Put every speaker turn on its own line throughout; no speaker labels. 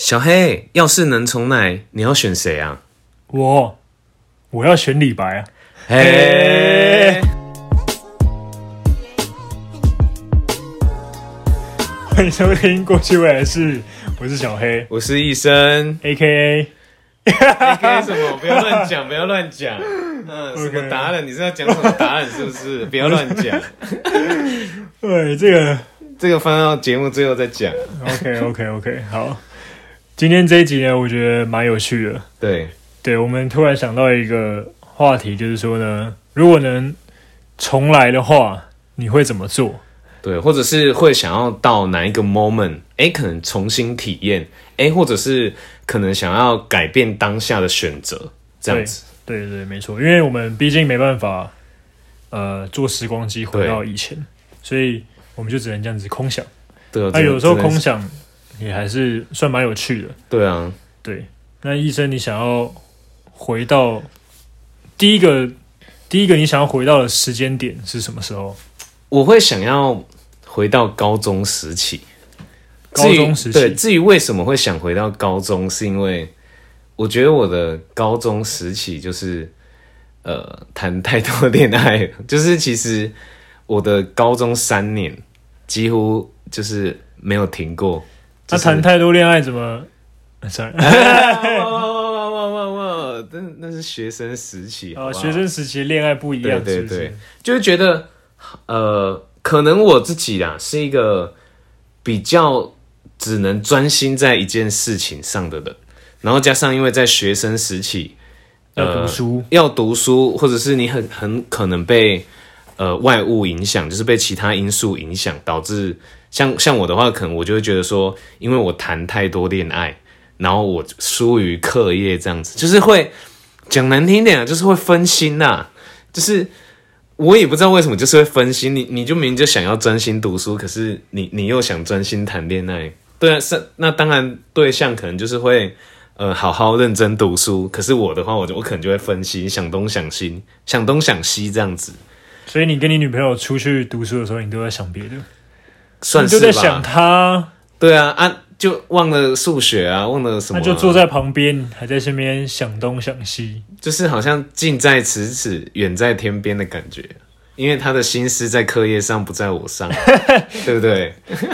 小黑，要是能重来，你要选谁啊？
我我要选李白啊！
嘿，
欢迎收听《过去未来事》，我是小黑
我是医生。
，A K A。
A 什么？不要乱讲，不要乱 讲。嗯，什么
OK
达人？你是要讲什么达人？是不是？不要乱讲，
对，这个
这个放到节目最后再讲。
OK OK OK，好。今天这一集呢，我觉得蛮有趣的。
对，
对我们突然想到一个话题，就是说呢，如果能重来的话，你会怎么做？
对，或者是会想要到哪一个 moment，哎，可能重新体验，哎，或者是可能想要改变当下的选择，这样子。
对对对，没错，因为我们毕竟没办法，呃，坐时光机回到以前，所以我们就只能这样子空想。
对啊，
那、
真的
有时候
真的
空
是
想也还是算蛮有趣的。
对啊，
对，那医生，你想要回到第一个，第一个你想要回到的时间点是什么时候？
我会想要回到高中时期。
高
至于
中时期
对，至于为什么会想回到高中，是因为我觉得我的高中时期就是呃谈太多恋爱了，就是其实我的高中三年几乎就是没有停过。
他
就是
谈太多恋爱怎么？sorry，
哇哇哇哇哇哇！那那是学生时期好
啊，
不好
学生时期恋爱不一样，
对
是
对
不
对
是？，
就是觉得呃，可能我自己啊是一个比较只能专心在一件事情上的人，然后加上因为在学生时期
要
呃
读书，
要读书，或者是你很很可能被呃外物影响，就是被其他因素影响，导致像像我的话，可能我就会觉得说，因为我谈太多恋爱，然后我疏于课业这样子，就是会讲难听点啊，就是会分心呐、就是。我也不知道为什么，就是会分心。你你就明明就想要专心读书，可是你你又想专心谈恋爱。对啊，是那当然对象可能就是会呃，好好认真读书。可是我的话，我就我可能就会分心，想东想西，想东想西这样子，
所以你跟你女朋友出去读书的时候，你都在想别的，
算
你
是
就在
吧。
想她，
对啊啊，就忘了数学啊，忘了什么、啊，
她就坐在旁边，还在身边想东想西。
就是好像近在咫尺，远在天边的感觉。因为他的心思在课业上，不在我 上，对不对？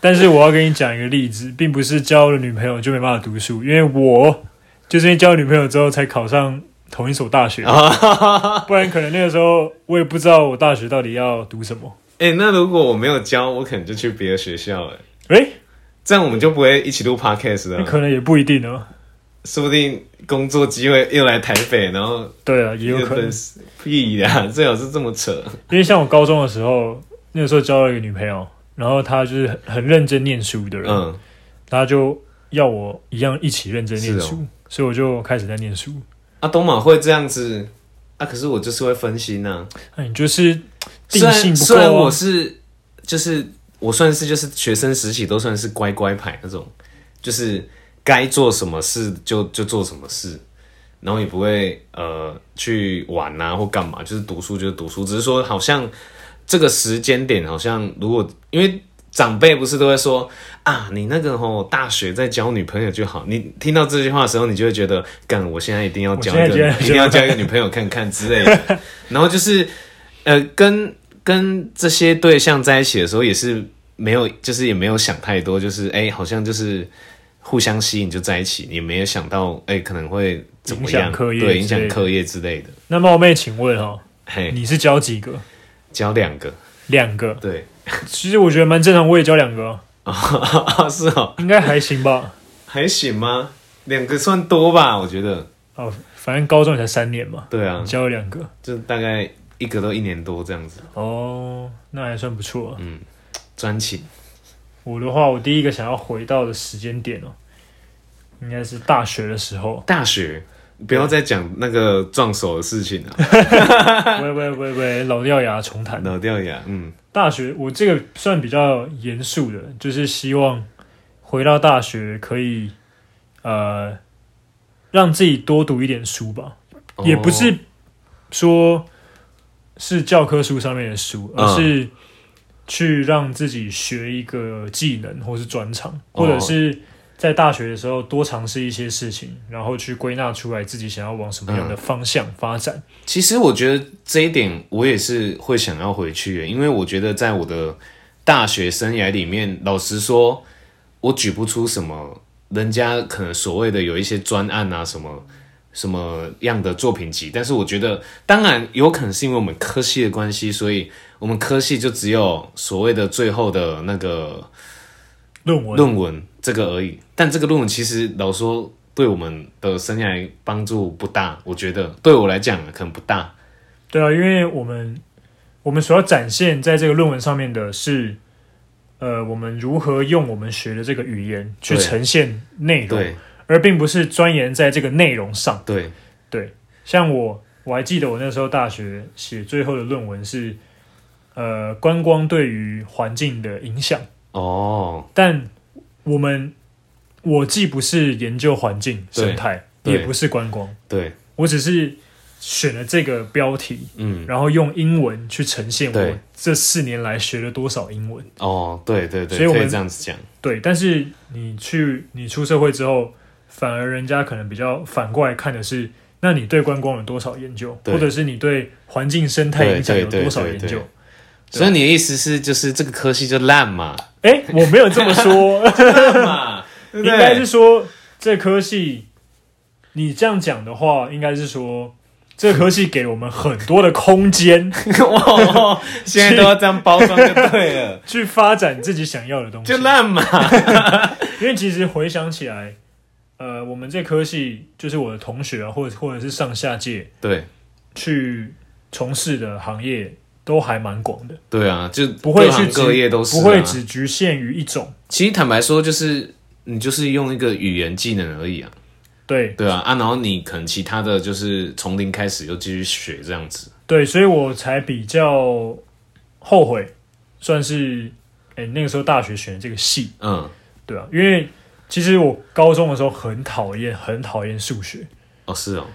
但是我要跟你讲一个例子，并不是交了女朋友就没办法读书，因为我就是因为交了女朋友之后才考上同一所大学，
啊
不然可能那个时候我也不知道我大学到底要读什么。
哎、那如果我没有教，我可能就去别的学校了。
诶、
这样我们就不会一起录 podcast 了，
可能也不一定哦。
说不定工作机会又来台北，然后
对啊，也有可能，
屁呀，最好是这么扯。
因为像我高中的时候，那个时候交了一个女朋友，然后她就是很很认真念书的人，
嗯，
她就要我一样一起认真念
是哦
书，所以我就开始在念书。
啊，东马会这样子啊，可是我就是会分心啊呐、
那、哎你就是
虽
定
然
性不
虽
够、啊
然我是就是我算是就是学生时期都算是乖乖牌那种，就是该做什么事就就做什么事，然后也不会呃去玩啊或干嘛，就是读书就是读书，只是说好像这个时间点好像如果因为。长辈不是都会说啊，你那个吼大学在交女朋友就好。你听到这句话的时候，你就会觉得，干，我现在一定要交一
我现
个，
在觉得
一定要交一个女朋友看看之类 的。然后就是，呃，跟跟这些对象在一起的时候，也是没有，就是也没有想太多，就是哎、好像就是互相吸引就在一起，你没有想到哎、可能会怎么
影
样，
响课业
对，
之
影响
类的
课业之类的。
那冒昧请问哦，
嘿，
你是交几个？
交两个，
两个，
对，
其实我觉得蛮正常，我也交两个啊，
啊是哦，
应该还行吧。
还行吗？两个算多吧，我觉得。
哦，反正高中也才三年嘛，
对啊，
交了两个，
就大概一个都一年多这样子，
哦，那还算不错、啊。
专情。。
我的话，我第一个想要回到的时间点哦，应该是大学的时候
大学，不要再讲那个撞手的事情了、
喂喂喂喂，老掉牙重谈。
老掉牙。嗯，
大学，我这个算比较严肃的，就是希望回到大学可以，呃，让自己多读一点书吧。也不
哦
是说是教科书上面的书，
嗯
而是去让自己学一个技能或是专长，
哦
或者是在大学的时候多尝试一些事情，然后去归纳出来自己想要往什么
嗯
样的方向发展。
其实我觉得这一点我也是会想要回去的，因为我觉得在我的大学生涯里面，老实说，我举不出什么人家可能所谓的有一些专案啊什么。什么样的作品集？但是我觉得，当然有可能是因为我们科系的关系，所以我们科系就只有所谓的最后的那个
论文，
论文这个而已。但这个论文其实老实说对我们的生涯帮助不大，我觉得对我来讲可能不大。
对啊，因为我们我们所要展现在这个论文上面的是，呃，我们如何用我们学的这个语言去
对
呈现内容，
对
而并不是钻研在这个内容上。
对，
像我，我还记得我那时候大学写最后的论文是，呃，观光对于环境的影响。
哦，
但我们我既不是研究环境
对
生态，
对
也不是观光，
对，
我只是选了这个标题，
嗯，
然后用英文去呈现
对
我这四年来学了多少英文。
哦，对对对，
所以我
可以
们
这样子讲，
对，啊但是你去你出社会之后，反而人家可能比较反过来看的是，那你对观光有多少研究，
对
或者是你对环境生态影响有
对对对
多少研
对
究
对？所以你的意思是，就是这个科系就烂嘛，
哎，我没有这么说，
烂嘛， 对不
应该是
对？
说这科系，你这样讲的话，应该是说这科系给我们很多的空间
哇，现在都要这样包装就对了，
去发展自己想要的东 西
就。烂嘛。
因为其实回想起来，呃，我们这科系就是我的同学啊，或者或者是上下届
对
去从事的行业都还蛮广的，
对啊，就
不会
各
去
行
只
各业都是、啊、
不会只局限于一种。
其实坦白说，就是你就是用一个语言技能而已啊，
对
对啊啊，然后你可能其他的就是从零开始又继续学这样子。
对，所以我才比较后悔，算是哎、那个时候大学选的这个系。
嗯，
对啊，因为其实我高中的时候很讨厌，很讨厌数学。
哦是哦，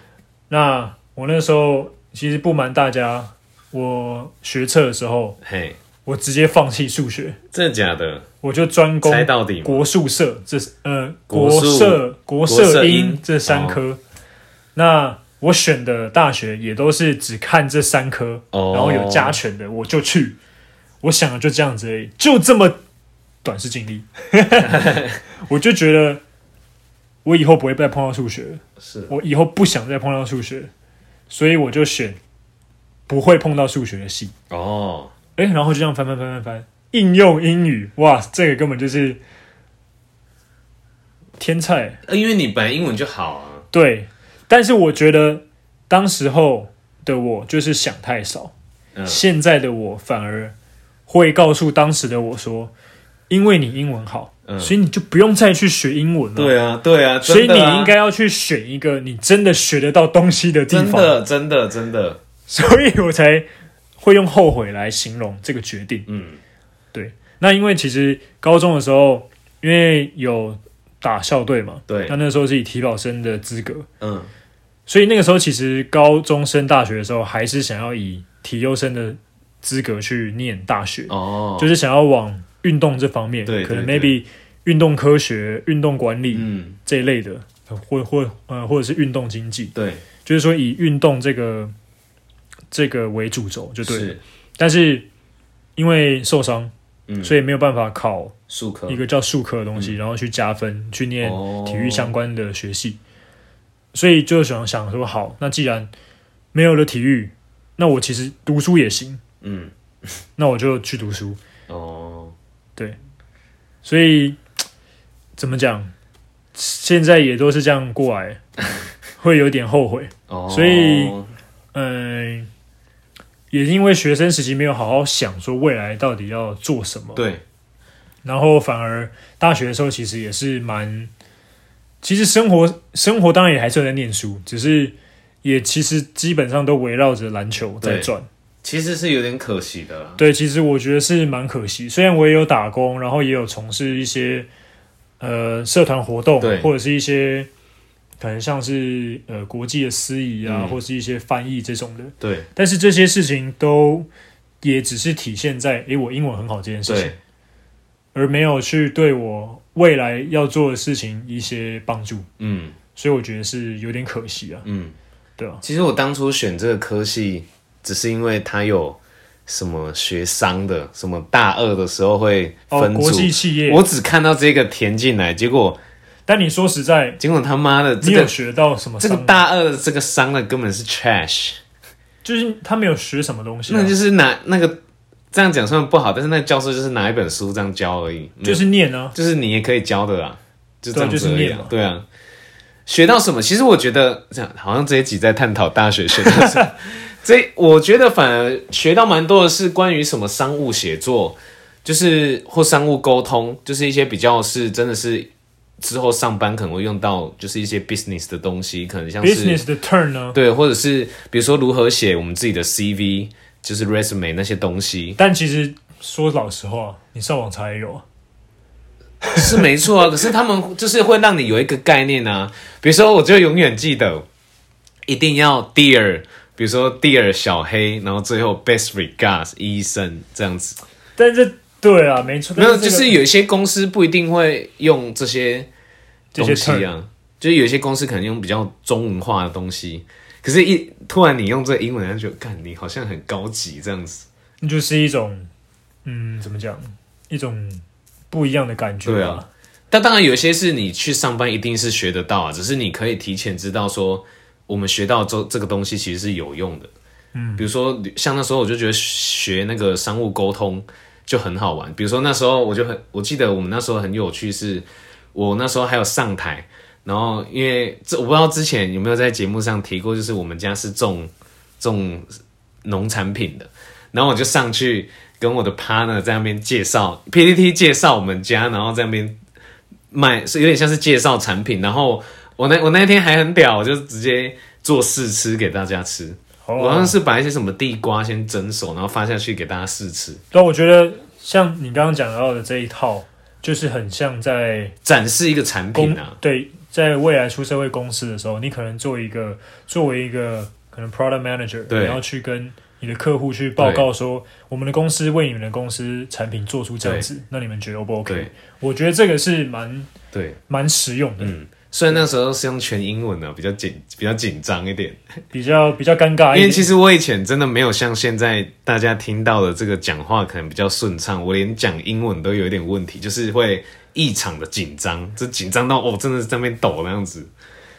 那我那时候其实不瞒大家，我学测的时候，
嘿，
我直接放弃数学，
真的假的？
我就专攻
猜到底吗？
国术社这呃
国
国
术
社国
国社哦
社
英
英这三科。那我选的大学也都是只看这三科，
哦
然后有加权的我就去。我想的就这样子而已，就这么短视近利。 我就觉得我以后不会再碰到数学了，
是
我以后不想再碰到数学，所以我就选不会碰到数学的系。
哦，
哎，然后就这样翻翻翻翻翻，应用英语，哇，这个根本就是天才。
呃因为你本来英文就好啊，
对，但是我觉得当时候的我就是想太少，
嗯
现在的我反而会告诉当时的我说，因为你英文好，
嗯
所以你就不用再去学英文了。
对啊对啊，
所以
真
你
的啊
应该要去选一个你真的学得到东西的地
真
方，
的真的真的，
所以我才会用后悔来形容这个决定。
嗯，
那因为其实高中的时候，因为有打校队嘛，
对
那，那时候是以体保生的资格，
嗯，
所以那个时候其实高中升大学的时候，还是想要以体优生的资格去念大学，
哦，
就是想要往运动这方面，
对对
可能
对
maybe 运动科学、运动管理、
嗯，
这一类的，或或呃或者是运动经济，
对，
就是说以运动这个这个为主轴，就对了。
是，
但是因为受伤，
嗯，
所以没有办法考
术科
一个叫术科的东西，然后去加分，去念
哦
体育相
关，
关的学系，所以就想想说，好，那既然没有了体育，那我其实读书也行，
嗯，
那我就去读书。
哦，
所以怎么讲，现在也都是这样过 来，会有点后悔。
哦，
所以嗯、也因为学生时期没有好好想说未来到底要做什么，
对，
然后反而大学的时候其实也是蛮，其实生活生活当然也还是有在念书，只是也其实基本上都围绕着篮球在
对
转。
其实是有点可惜的啦。
对，其实我觉得是蛮可惜。虽然我也有打工，然后也有从事一些呃社团活动
对，
或者是一些可能像是呃国际的司仪啊，
嗯
或是一些翻译这种的，
对
但是这些事情都也只是体现在诶我英文很好这件事情
对，
而没有去对我未来要做的事情一些帮助，
嗯
所以我觉得是有点可惜啊，
嗯，
对啊，
其实我当初选这个科系，只是因为它有什么学商的，什么大二的时候会
哦，
分
国
组，
际企业，
我只看到这个填进来，结果
但你说实在，
结果他妈的
你
这
有
个
学到什么
这
商？
个大二的这个商的根本是 trash，
就是他没有学什么东西、啊，
那就是拿那个这样讲虽然不好，但是那个教授就是拿一本书这样教而已，嗯
就是念啊，
就是你也可以教的啦，啊就这样子而已
对啊就是
啊
念嘛。
对啊，学到什么？其实我觉得这样好像这一集在探讨大学学到什 么。这我觉得反而学到蛮多的是关于什么商务写作，就是或商务沟通，就是一些比较是真的是之后上班可能会用到，就是一些 business 的东西，可能像是
business 的 turn 啊呢、
对，或者是比如说如何写我们自己的 CV，就是 resume 那些东西。
但其实说老实话，你上网查也有啊，
是没错啊，可是他们就是会让你有一个概念啊，比如说我就永远记得，一定要 dear，比如说 dear 小黑，然后最后 best regards 医生这样子，
但这对啊，没错，
没有
但
就
这个
是有一些公司不一定会用这些
这
东
些
西
turn，
啊，就是有一些公司可能用比较中文化的东西，可是一，突然你用这英文，他就看你好像很高级这样子，
就是一种嗯，怎么讲，一种不一样的感觉吧。
对啊但当然，有些是你去上班一定是学得到啊，只是你可以提前知道说，我们学到这这个东西其实是有用的。嗯，比如说像那时候我就觉得学那个商务沟通就很好玩。比如说那时候我就很，我记得我们那时候很有趣是，我那时候还有上台，然后因为这我不知道之前有没有在节目上提过，就是我们家是种种农产品的，然后我就上去跟我的 partner 在那边介绍 PPT 介绍我们家，然后在那边卖，是有点像是介绍产品。然后我那我那天还很屌，我就直接做试吃给大家吃。
好
我好
啊
像，是把一些什么地瓜先蒸熟，然后发下去给大家试吃，
但我觉得像你刚刚讲到的这一套，就是很像在
展示一个产
公
品啊。
对，在未来出社会公司的时候，你可能作为一个作为一个可能 product manager，
对
你要去跟你的客户去报告说，我们的公司为你们的公司产品做出这样子，那你们觉得 O 不 OK？
对
我觉得这个是蛮
对，
蛮实用的，
嗯，虽然那时候是用全英文的、啊比较紧比较紧张一点，
比较比较尴尬
因
一
为其
点。
实我以前真的没有像现在大家听到的这个讲话可能比较顺畅，我连讲英文都有一点问题，就是会异常的紧张，就紧张到哦，真的是在那边抖那样子。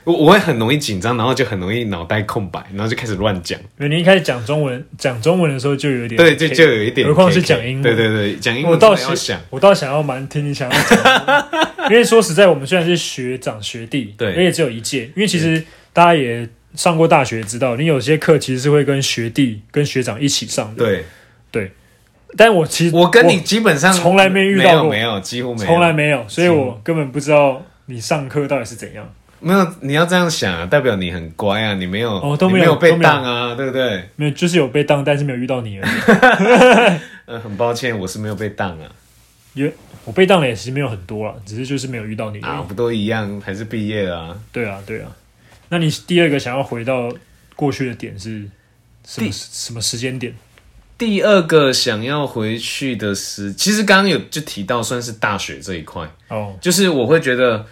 我我会很容易紧张，然后就很容易脑袋空白，然后就开始乱讲。
因为你一开始讲中文，讲中文的时候就有点
对，就就有一点 KK。
何况是讲英文
对对对，讲英
我
文
倒
真的要
是
想，
我倒想要蛮听你想要讲的，因为说实在，我们虽然是学长学弟，
对
而且只有一届，因为其实大家也上过大学，知道你有些课其实是会跟学弟跟学长一起上的，
对
但我其实
我跟你基本上
从来没遇到过
没有没有几乎没有，
从来没有，所以我根本不知道你上课到底是怎样，
没有。你要这样想啊，代表你很乖啊，你没有
哦都
你
没有
有被
都没有
当啊，对不对？
没有，就是有被当，但是没有遇到你而已。
嗯，很抱歉，我是没有被当啊。
我被当的也其实没有很多了，只是就是没有遇到你而已。
啊，不都一样，还是毕业了啊？
对啊，对啊。那你第二个想要回到过去的点是什么
第
什么时间点？
第二个想要回去的是，其实刚刚有就提到，算是大学这一块，
哦，
就是我会觉得，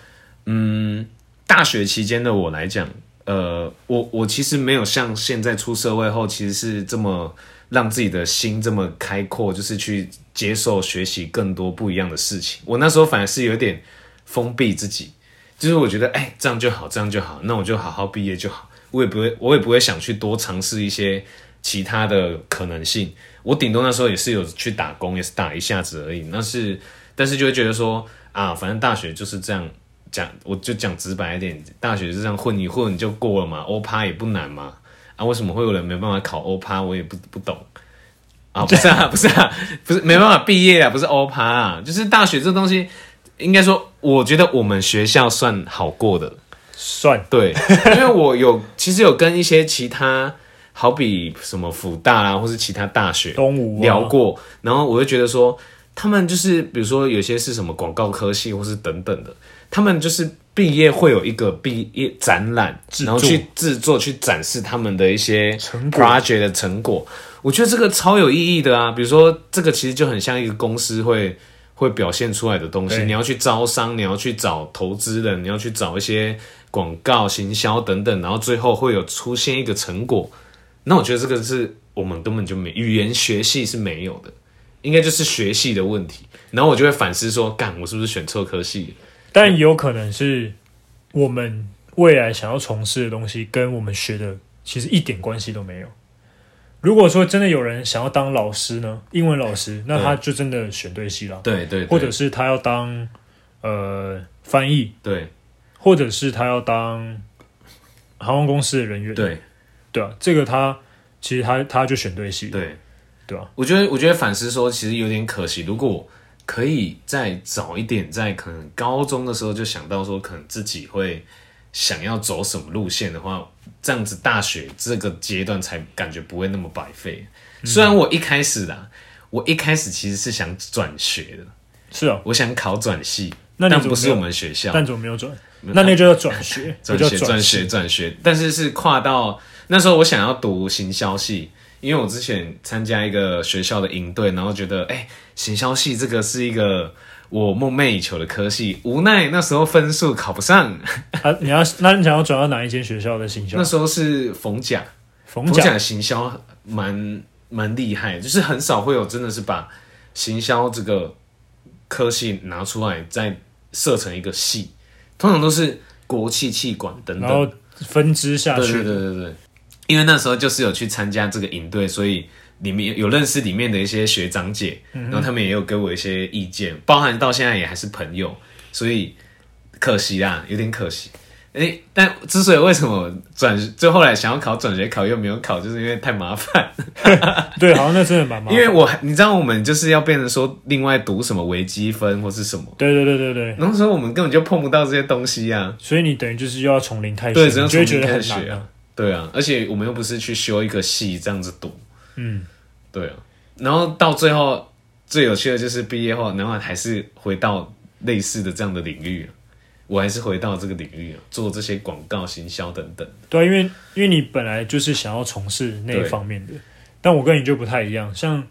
嗯，大学期间的我来讲，呃，我我其实没有像现在出社会后，其实是这么让自己的心这么开阔，就是去接受学习更多不一样的事情。我那时候反而是有点封闭自己，就是我觉得，哎、这样就好，这样就好，那我就好好毕业就好，我也不会，我也不会想去多尝试一些其他的可能性。我顶多那时候也是有去打工，也是打一下子而已。那是，但是就会觉得说啊，反正大学就是这样讲，我就讲直白一点，大学是这样混一混就过了嘛，欧趴也不难嘛。啊，为什么会有人没办法考欧趴？我也不不懂。啊，不是啊，不是啊，不是没办法毕业啊，不是欧趴啊，就是大学这东西，应该说，我觉得我们学校算好过的，
算
对，因为我有其实有跟一些其他，好比什么辅大啊，或是其他大学
东吴、啊、
聊过，然后我就觉得说，他们就是比如说有些是什么广告科系，或是等等的，他们就是毕业会有一个毕业展览，
制
然后
作
去制作去展示他们的一些
成果
project 的成果。我觉得这个超有意义的啊，比如说这个其实就很像一个公司会会表现出来的东西。
对
你要去招商，你要去找投资人，你要去找一些广告、行销等等，然后最后会有出现一个成果。那我觉得这个是我们根本就没语言学系是没有的，应该就是学系的问题。然后我就会反思说，干，我是不是选错科系？
但也有可能是我们未来想要从事的东西跟我们学的其实一点关系都没有。如果说真的有人想要当老师呢，英文老师，那他就真的选对系了，
对对对，
或者是他要当呃翻译，
对
或者是他要当航空公司的人员，
对
对啊，这个他其实他他就选对系，
对，
对啊，
我觉得，我觉得反思说，其实有点可惜。如果我可以再早一点，在可能高中的时候就想到说，可能自己会想要走什么路线的话，这样子大学这个阶段才感觉不会那么白费。
嗯
虽然我一开始啦，我一开始其实是想转学的，
是啊，
我想考转系，
那你
但
怎么
不是
没
我
有
们学校，
但怎么没有转？那那就叫转学，不
转
叫
学转
系
学转学，但是是跨到那时候我想要读行销系，因为我之前参加一个学校的营队，然后觉得哎、行销系这个是一个我梦寐以求的科系，无奈那时候分数考不上，
啊！你要那你想要转到哪一间学校的行销
那？时候是逢甲，
冯
逢
甲
甲行销蛮蛮厉害，就是很少会有真的是把行销这个科系拿出来再设成一个系，通常都是国企、气管等等
然。后分支下
对对
去。
对对对，因为那时候就是有去参加这个营队，所以里面有认识里面的一些学长姐，然后他们也有给我一些意见，包含到现在也还是朋友，所以可惜啦，有点可惜。哎、但之所以为什么转就后来想要考转学考又没有考，就是因为太麻烦。
对，好像那真的蛮麻烦。
因为我你知道我们就是要变成说另外读什么微积分或是什么，
对对对对对，
然后说我们根本就碰不到这些东西啊呀、
所以你等于就是又要从零开始，
对，
你
只能
就
从
会觉
零
得
开
很
始
难
啊
啊。。
对啊，而且我们又不是去修一个系这样子读，
嗯，
对啊。然后到最后最有趣的就是毕业后，然后还是回到类似的这样的领域啊、我还是回到这个领域、啊、做这些广告、行销等等。
对啊，因为因为你本来就是想要从事那一
对
方面的，但我跟你就不太一样。像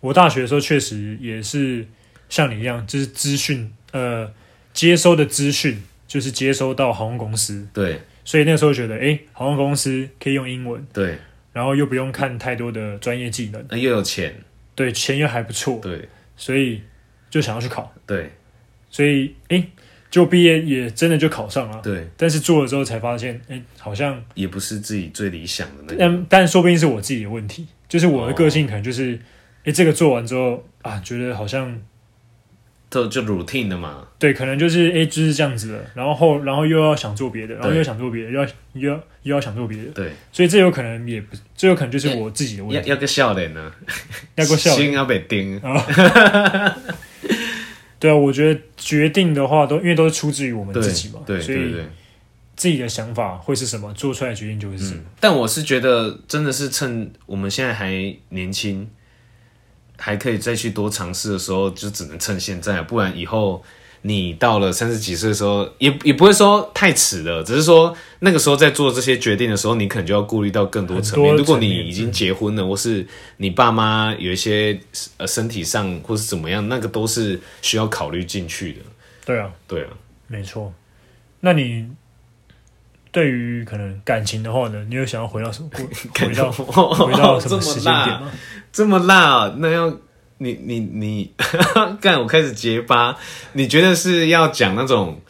我大学的时候，确实也是像你一样，就是资讯呃接收的资讯，就是接收到航空公司，
对
所以那时候觉得，诶，航空公司可以用英文，
对，
然后又不用看太多的专业技能，
那又有钱，
对，钱又还不错，
对
所以就想要去考，
对
所以诶，就毕业也真的就考上了。
对，
但是做了之后才发现，诶，好像，
也不是自己最理想的那个。
但但说不定是我自己的问题，就是我的
哦
个性可能就是，诶，这个做完之后啊，觉得好像
就就 routine 的嘛，
对，可能就是诶，就是这样子的，然后后然后又要想做别的，然后
对
又想做别的，又要又要又要想做别的，
对，
所以这有可能也不，这有可能就是我自己的问
要
题，
要个笑脸呢，
要够笑。
心要被盯，
对啊，我觉得决定的话都因为都是出自于我们
对
自己嘛，
对
所
对
以
对。
自己的想法会是什么，做出来的决定就是什么。
但我是觉得，真的是趁我们现在还年轻，还可以再去多尝试的时候，就只能趁现在，不然以后你到了三十几岁的时候，也也不会说太迟了，只是说那个时候在做这些决定的时候，你可能就要顾虑到更多层面。
很多
如果你
层面
已经结婚了，或是你爸妈有一些呃身体上或是怎么样，那个都是需要考虑进去的。
对啊，
对啊，
没错。那你对于可能感情的话呢，你有想要回到 什么过回到回到什
这么
么时间
辣啊
点吗？
这么辣啊、那要你你你， 干我开始结巴。你觉得是要讲那种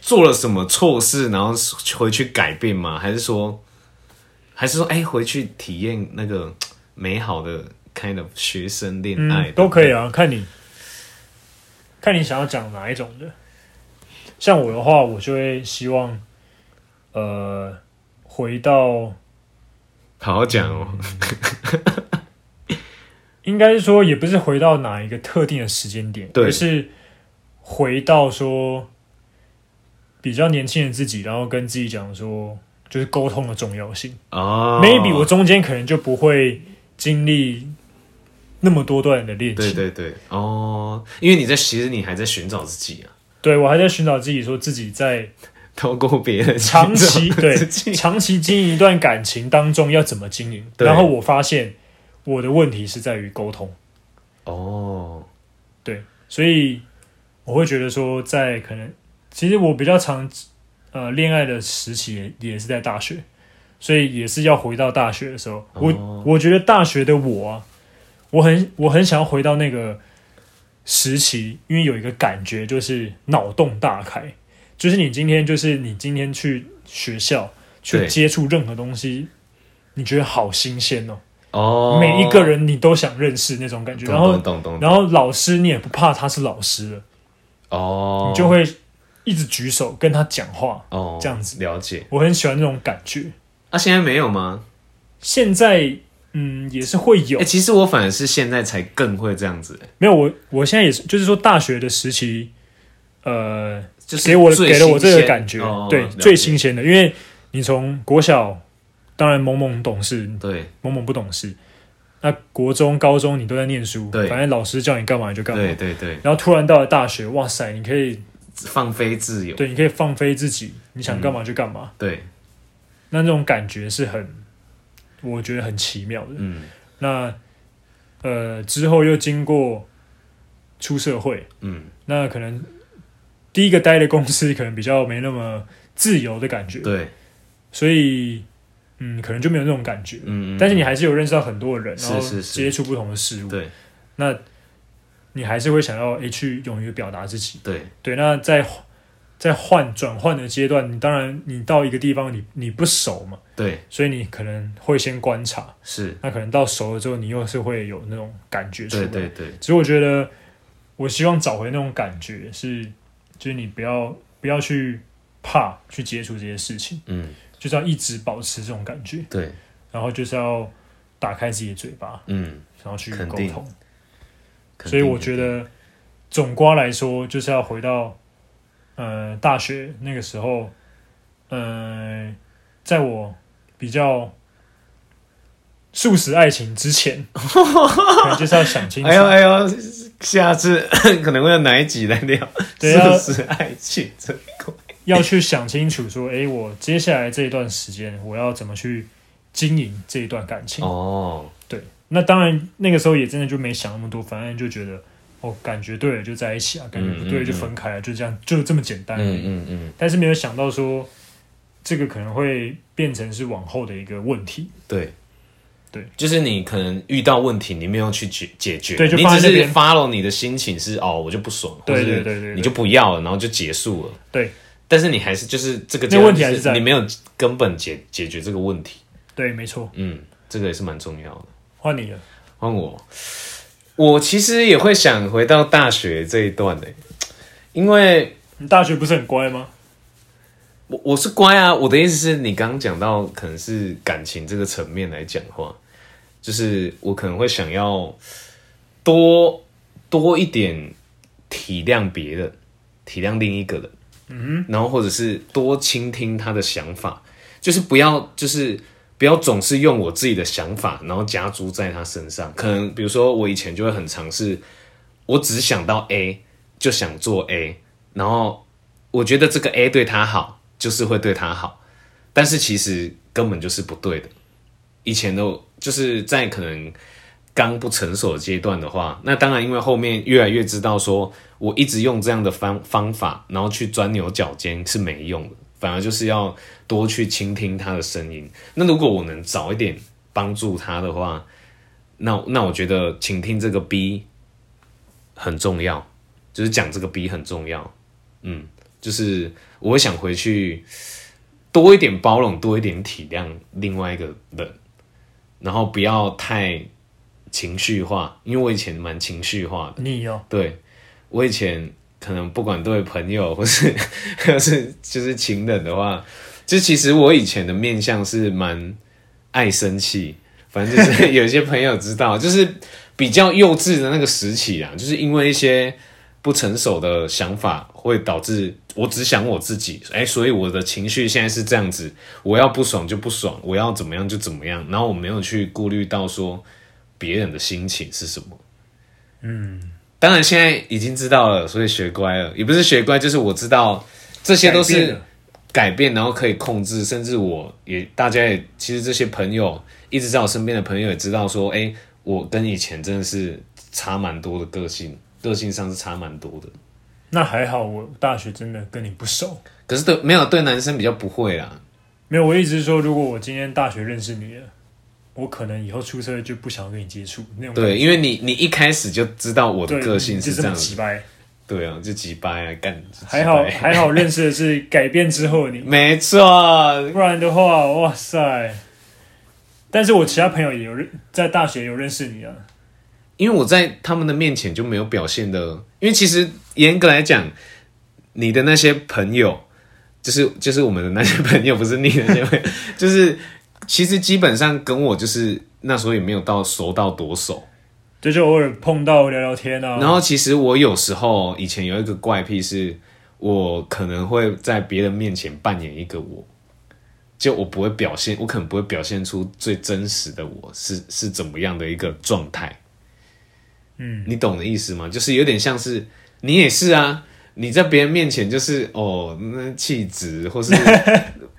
做了什么错事，然后回去改变吗？还是说，还是说，哎、回去体验那个美好的 kind of 学生恋爱、
嗯，都可以。啊，看你看你想要讲哪一种的。像我的话，我就会希望呃回到
好好讲哦。
应该是说，也不是回到哪一个特定的时间点，
对
而是回到说比较年轻的自己，然后跟自己讲说，就是沟通的重要性。
哦
Maybe 我中间可能就不会经历那么多段的恋情，
对对对哦，因为你在其实你还在寻找自己啊，
对我还在寻找自己，说自己在
透过别人寻
长
找
期对
自己
长期经营一段感情当中要怎么经营。
对
然后我发现我的问题是在于沟通，
哦，
对，所以我会觉得说，在可能其实我比较常呃恋爱的时期也也是在大学，所以也是要回到大学的时候。我、
哦
我觉得大学的我啊，我很我很想要回到那个时期，因为有一个感觉就是脑洞大开，就是你今天就是你今天去学校去
对
接触任何东西，你觉得好新鲜哦，
哦，
每一个人你都想认识那种感觉，
懂，
然后
懂懂懂，
然后老师你也不怕他是老师了，
哦，
你就会一直举手跟他讲话。
哦
这样子
了解。
我很喜欢那种感觉。
啊，现在没有吗？
现在嗯也是会有
哎、，其实我反而是现在才更会这样子、欸
没有我我现在也是，就是说大学的时期，呃，
就是
给我
最
给了我这
新
个
鲜
感觉，
哦
对
了解
最新鲜的，因为你从国小当然懵懵懂事，
对
懵懵不懂事。那国中、高中你都在念书，
对
反正老师叫你干嘛你就干嘛
对。对对，
然后突然到了大学，哇塞，你可以
放飞自由，
对，你可以放飞自己，你
嗯
想干嘛就干嘛。
对，
那那种感觉是很，我觉得很奇妙的。
嗯
那呃之后又经过出社会，
嗯，
那可能第一个待的公司可能比较没那么自由的感觉，
对，
所以嗯可能就没有那种感觉。
嗯，嗯
但是你还是有认识到很多人，
是
然后
是是
接触不同的事物，
对
那你还是会想要诶去勇于表达自己。
对
对，那在在换转换的阶段，你当然你到一个地方你你不熟嘛，
对
所以你可能会先观察，
是，
那可能到熟了之后，你又是会有那种感觉出来。
对对对，
所以我觉得，我希望找回那种感觉是，就是你不要不要去怕去接触这些事情，
嗯
就是要一直保持这种感觉，
对
然后就是要打开自己的嘴巴，
嗯，
然后去
肯
沟
定
通。
肯
所以
定
我
的
觉得，总瓜来说，就是要回到呃大学那个时候，呃，在我比较素食爱情 之前，可能就是要想清楚，
哎呦哎呦，下次 可能会有哪一集来聊
对啊
是爱情这个？
要去想清楚说，哎、我接下来这一段时间我要怎么去经营这一段感情。
哦，
对，那当然那个时候也真的就没想那么多，反正就觉得。哦，感觉对了就在一起啊，感觉不对了就分开了，就这样，就这么简单而已。
嗯嗯嗯，
但是没有想到说，这个可能会变成是往后的一个问题。
对。
对，
就是你可能遇到问题，你没有去解解决，
对就
你
放在
只
那
是
边
follow 你的心情是哦，我就不爽，
对
或是
对对对对
你就不要了，然后就结束了。
对
但是你还是就是这个
那
阶段
问题还
就是
在
你没有根本解解决这个问题，
对，没错，
嗯，这个也是蛮重要的。
换你了。
换我，我其实也会想回到大学这一段的、因为
你大学不是很乖吗？
我我是乖啊，我的意思是你刚刚讲到，可能是感情这个层面来讲的话，就是我可能会想要多多一点体谅别人，体谅另一个人，嗯，然后或者是多倾听他的想法，就是不要就是不要总是用我自己的想法，然后加诸在他身上。可能比如说我以前就会很尝试，我只想到 A 就想做 A，然后我觉得这个 A 对他好，就是会对他好，但是其实根本就是不对的。以前的我，就是在可能刚不成熟的阶段的话，那当然因为后面越来越知道说，我一直用这样的方方法，然后去钻牛角尖是没用的，反而就是要多去倾听他的声音。那如果我能早一点帮助他的话，那那我觉得倾听这个 B 很重要，就是讲这个 B 很重要。就是我会想回去多一点包容，多一点体谅另外一个人，然后不要太情绪化，因为我以前蛮情绪化的。
你哦，
对我以前可能不管对朋友或是或是就是情人的话，就其实我以前的面相是蛮爱生气，反正就是有一些朋友知道，就是比较幼稚的那个时期啊，就是因为一些不成熟的想法会导致我只想我自己，哎、所以我的情绪现在是这样子，我要不爽就不爽，我要怎么样就怎么样，然后我没有去顾虑到说别人的心情是什么。当然现在已经知道了，所以学乖了，也不是学乖，就是我知道这些都
改变
是
了
改变，然后可以控制，甚至我也大家也其实这些朋友一直在我身边的朋友也知道说，哎、我跟以前真的是差蛮多的个性，个性上是差蛮多的。
那还好，我大学真的跟你不熟。
可是对没有对男生比较不会啊啦，
没有，我一直是说，如果我今天大学认识你了，我可能以后出社会就不想跟你接触那种感觉。
对，因为你你一开始就知道我的
对，
个性
你就是这
这
么
样
急
子，
掰。
对啊，就急掰啊，干就急掰
还好还好认识的是改变之后的你，
没错，
不然的话，哇塞！但是我其他朋友也有认，在大学有认识你啊，
因为我在他们的面前就没有表现的，因为其实严格来讲，你的那些朋友，就是就是我们的那些朋友，不是你的那些朋友， 就是其实基本上跟我就是那时候也没有到熟到多熟。
就就偶尔碰到聊聊天啊。
然后其实我有时候以前有一个怪癖是，我可能会在别人面前扮演一个我，就我不会表现，我可能不会表现出最真实的我是是怎么样的一个状态。嗯，你懂的意思吗？就是有点像是你也是啊，你在别人面前就是哦，那气质或 是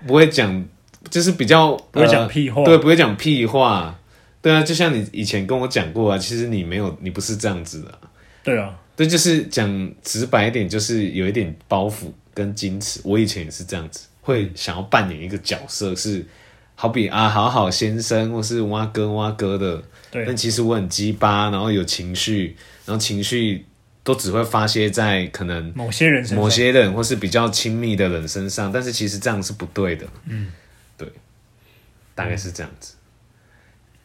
不会讲，就是比较
不会讲
呃
屁话
对，不会讲屁话。对啊，就像你以前跟我讲过啊，其实你没有，你不是这样子的啊、
对啊，
对，就是讲直白一点，就是有一点包袱跟矜持。我以前也是这样子，会想要扮演一个角色，是好比啊好好先生或是蛙哥蛙哥的，
对
但其实我很鸡巴，然后有情绪，然后情绪都只会发泄在可能
某些人身上
某些人或是比较亲密的人身上，但是其实这样是不对的。嗯，对，大概是这样子，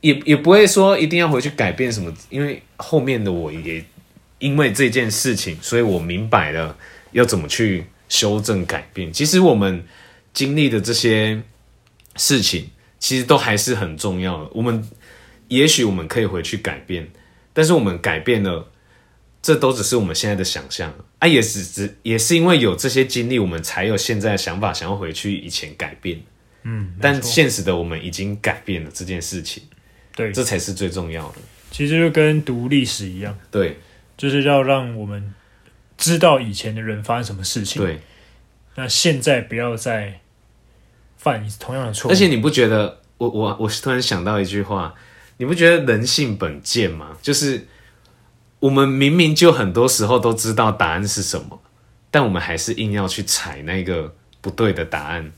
也也不会说一定要回去改变什么，因为后面的我也因为这件事情，所以我明白了要怎么去修正改变。其实我们经历的这些事情，其实都还是很重要的。我们也许我们可以回去改变，但是我们改变了。这都只是我们现在的想象啊，也只只也是因为有这些经历，我们才有现在的想法，想要回去以前改变。嗯，但现实的我们已经改变了这件事情，
对，
这才是最重要的。
其实就跟读历史一样，
对
就是要让我们知道以前的人发生什么事情。，
对，
那现在不要再犯同样的错误。
而且你不觉得我我我突然想到一句话，你不觉得人性本贱吗？就是我们明明就很多时候都知道答案是什么，但我们还是硬要去踩那个不对的答案，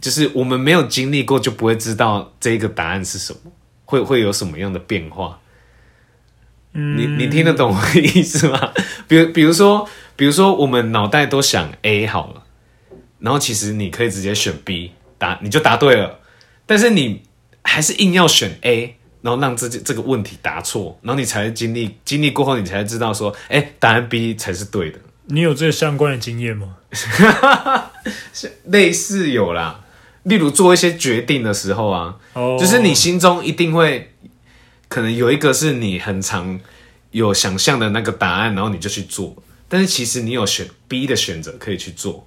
就是我们没有经历过就不会知道这个答案是什么，会会有什么样的变化。你你听得懂我的意思吗？比如比如说，比如说我们脑袋都想 A 好了，然后其实你可以直接选 B 答，你就答对了。但是你还是硬要选 A，然后让自己这个问题答错，然后你才会经历经历过后，你才会知道说，哎、答案 B 才是对的。
你有这相关的经验吗？
类似有啦，例如做一些决定的时候啊，
哦
就是你心中一定会可能有一个是你很常有想象的那个答案，然后你就去做，但是其实你有选 B 的选择可以去做，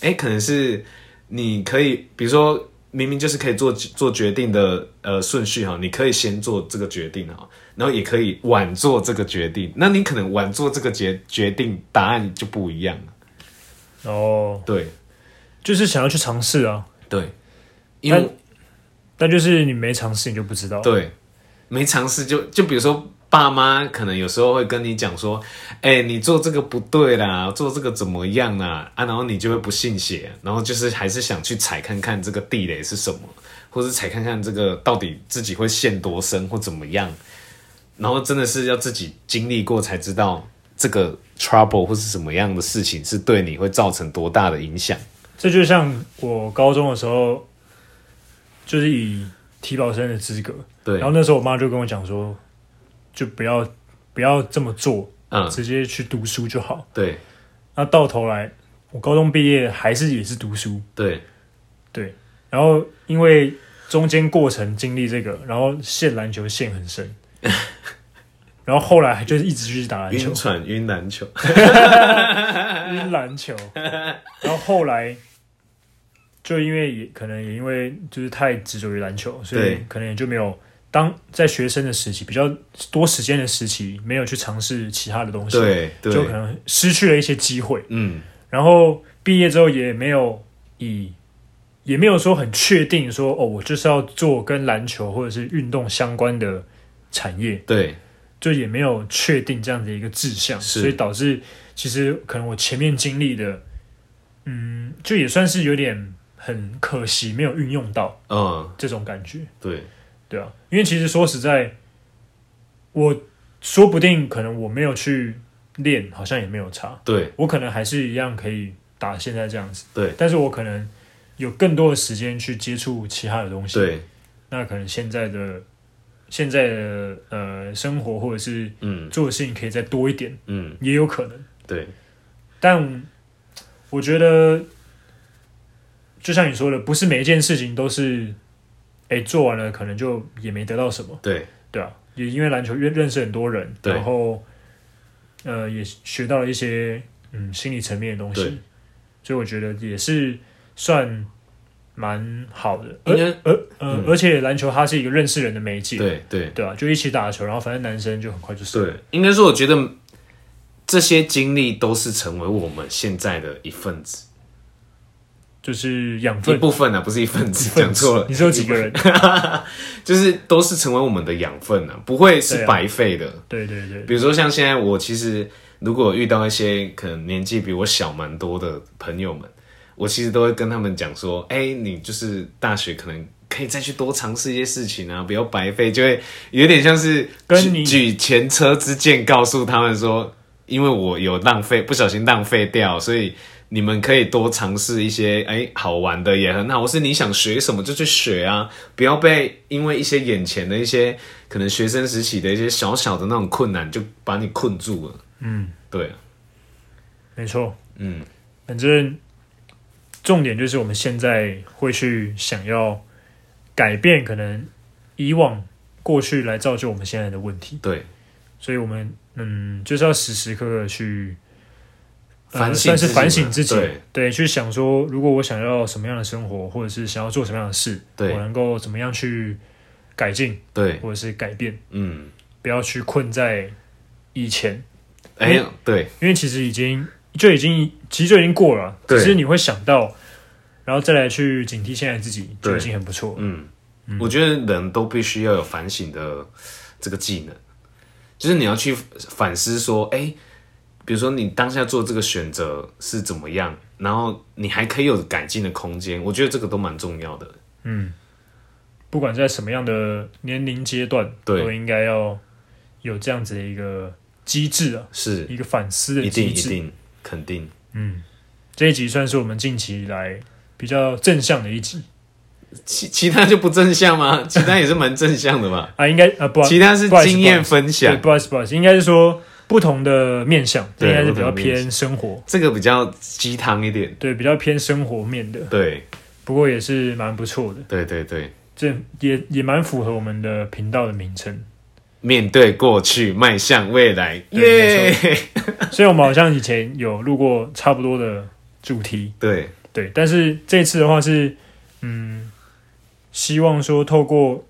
哎、可能是你可以，比如说明明就是可以做做决定的呃顺序哈，你可以先做这个决定哈，然后也可以晚做这个决定，那你可能晚做这个决决定答案就不一样了，
哦，
对
就是想要去尝试啊，
对，因为
但。但就是你没尝试，你就不知道。
对，没尝试就就比如说爸妈可能有时候会跟你讲说，哎、你做这个不对啦，做这个怎么样啦啊，然后你就会不信邪，然后就是还是想去踩看看这个地雷是什么，或者踩看看这个到底自己会陷多深或怎么样，然后真的是要自己经历过才知道这个 trouble 或是什么样的事情是对你会造成多大的影响。
这就像我高中的时候，就是以体保生的资格，
对
然，后那时候我妈就跟我讲说，就不要不要这么做，
嗯，
直接去读书就好。
对
那到头来，我高中毕业还是也是读书，
对
对。然后因为中间过程经历这个，然后陷篮球陷 很深，然后后来就是一直去打篮球
晕，船晕篮球，
晕 篮球，然后后来就因为也可能也因为就是太执着于篮球，所以
对
可能也就没有当在学生的时期比较多时间的时期，没有去尝试其他的东西，
对对，
就可能失去了一些机会。
嗯
然后毕业之后也没有以也没有说很确定说哦，我就是要做跟篮球或者是运动相关的产业，
对。
就也没有确定这样的一个志向，
是
所以导致其实可能我前面经历的，嗯，就也算是有点很可惜，没有运用到
嗯，
这种感觉，
对，
对啊，因为其实说实在，我说不定可能我没有去练，好像也没有差，
对，
我可能还是一样可以打现在这样子，
对
但是我可能有更多的时间去接触其他的东西，
对，
那可能现在的现在的呃生活或者是
嗯
做的事情可以再多一点，
嗯，
也有可能。
对，
但我觉得，就像你说的，不是每一件事情都是，哎、做完了可能就也没得到什么，
对，
对啊，也因为篮球认认识很多人，
对
然后呃也学到了一些嗯心理层面的东
对
西，所以我觉得也是算蛮好的。
应
而
该
而呃、
嗯
而且篮球它是一个认识人的媒介，
对对
对啊，就一起打球，然后反正男生就很快就熟了
对，应该说，我觉得这些经历都是成为我们现在的一份子，
就是养
一
分。
部分啊，不是一份子，讲错了，
你是有几个人？
就是都是成为我们的养分啊，不会
对
是
啊
白费的。
对对对，
比如说像现在我其实如果遇到一些可能年纪比我小蛮多的朋友们，我其实都会跟他们讲说，哎、你就是大学可能。可以再去多尝试一些事情啊，不要白费，就会有点像是
跟
举
你
举前车之鉴，告诉他们说，因为我有浪费，不小心浪费掉，所以你们可以多尝试一些哎、好玩的也很好，或是你想学什么就去学啊，不要被因为一些眼前的一些可能学生时期的一些小小的那种困难就把你困住了。嗯，对啊，
没错。
嗯，
反正重点就是我们现在会去想要改变可能以往过去来造就我们现在的问题，
对，
所以我们嗯就是要时时刻刻去、呃
反省
算
自
是
己嘛
反省自己，
对
去想说如果我想要什么样的生活，或者是想要做什么样的事，
对
我能够怎么样去改进
对，
或者是改变，
嗯，
不要去困在以前。
哎、呀，对，
因为其实已经就已经其实就已经过了，
对
只是你会想到，然后再来去警惕现在自己，
对
就已经很不错了。
嗯，我觉得人都必须要有反省的这个技能，就是你要去反思说，哎、比如说你当下做这个选择是怎么样，然后你还可以有改进的空间，我觉得这个都蛮重要的。
不管在什么样的年龄阶段，
对
都应该要有这样子的一个机制啊，
是，
一个反思的
一定
机
一
制。嗯
定，肯定，
这一集算是我们近期以来比较正向的一集。
其其他就不正向吗？ 其他也是蛮正向的吧
啊，应该啊不好，
其他是
不好意思
经验分
对，
享，
不好意思不好意思，应该是说不同的面向，这
对
应该是比较
不同的面
偏生活，
这个比较鸡汤一点。
对，比较偏生活面的，
对
不过也是蛮不错的。
对对对，
这也也蛮符合我们的频道的名称，
面对过去，迈向未来，
对
耶！
所以我们好像以前有录过差不多的主题，
对
对，但是这次的话是，嗯，希望说透过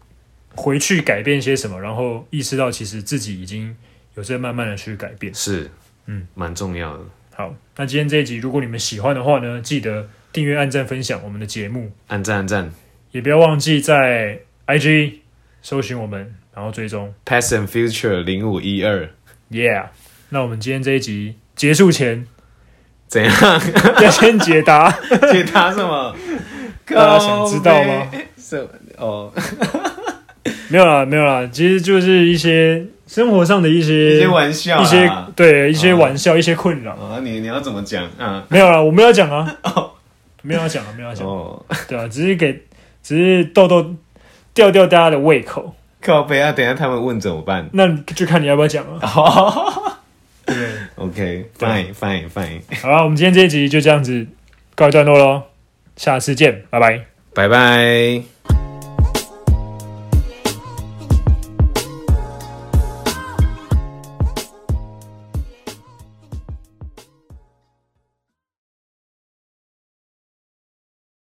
回去改变些什么，然后意识到其实自己已经有在慢慢的去改变。
是，
嗯，
蛮重要的。
好，那今天这一集如果你们喜欢的话呢，记得订阅、按赞、分享我们的节目，
按赞按赞
也不要忘记在 IG 搜寻我们，然后追踪。
，Past and Future 零五一二，
Yeah，那我们今天这一集结束 前。
怎样？
要先解答，
解答什么？
大家想知道吗
靠背？ 什么哦，
没有啦，没有啦，其实就是一些生活上的一些
一些玩笑啊，
一些对一些
嗯
玩笑，一些困扰。
哦，你你要怎么讲啊？
没有啦，我没有要讲啊，没有要讲啊，没有要讲，
哦，
对啊，只是给只是逗逗吊吊大家的胃口，
靠背啊，等一下他们问怎么办？
那就看你要不要讲
啊
了， 对不
OK，fine fine fine，
哦对？好了，我们今天这一集就这样子告一段落喽，下次见，拜拜。
拜拜。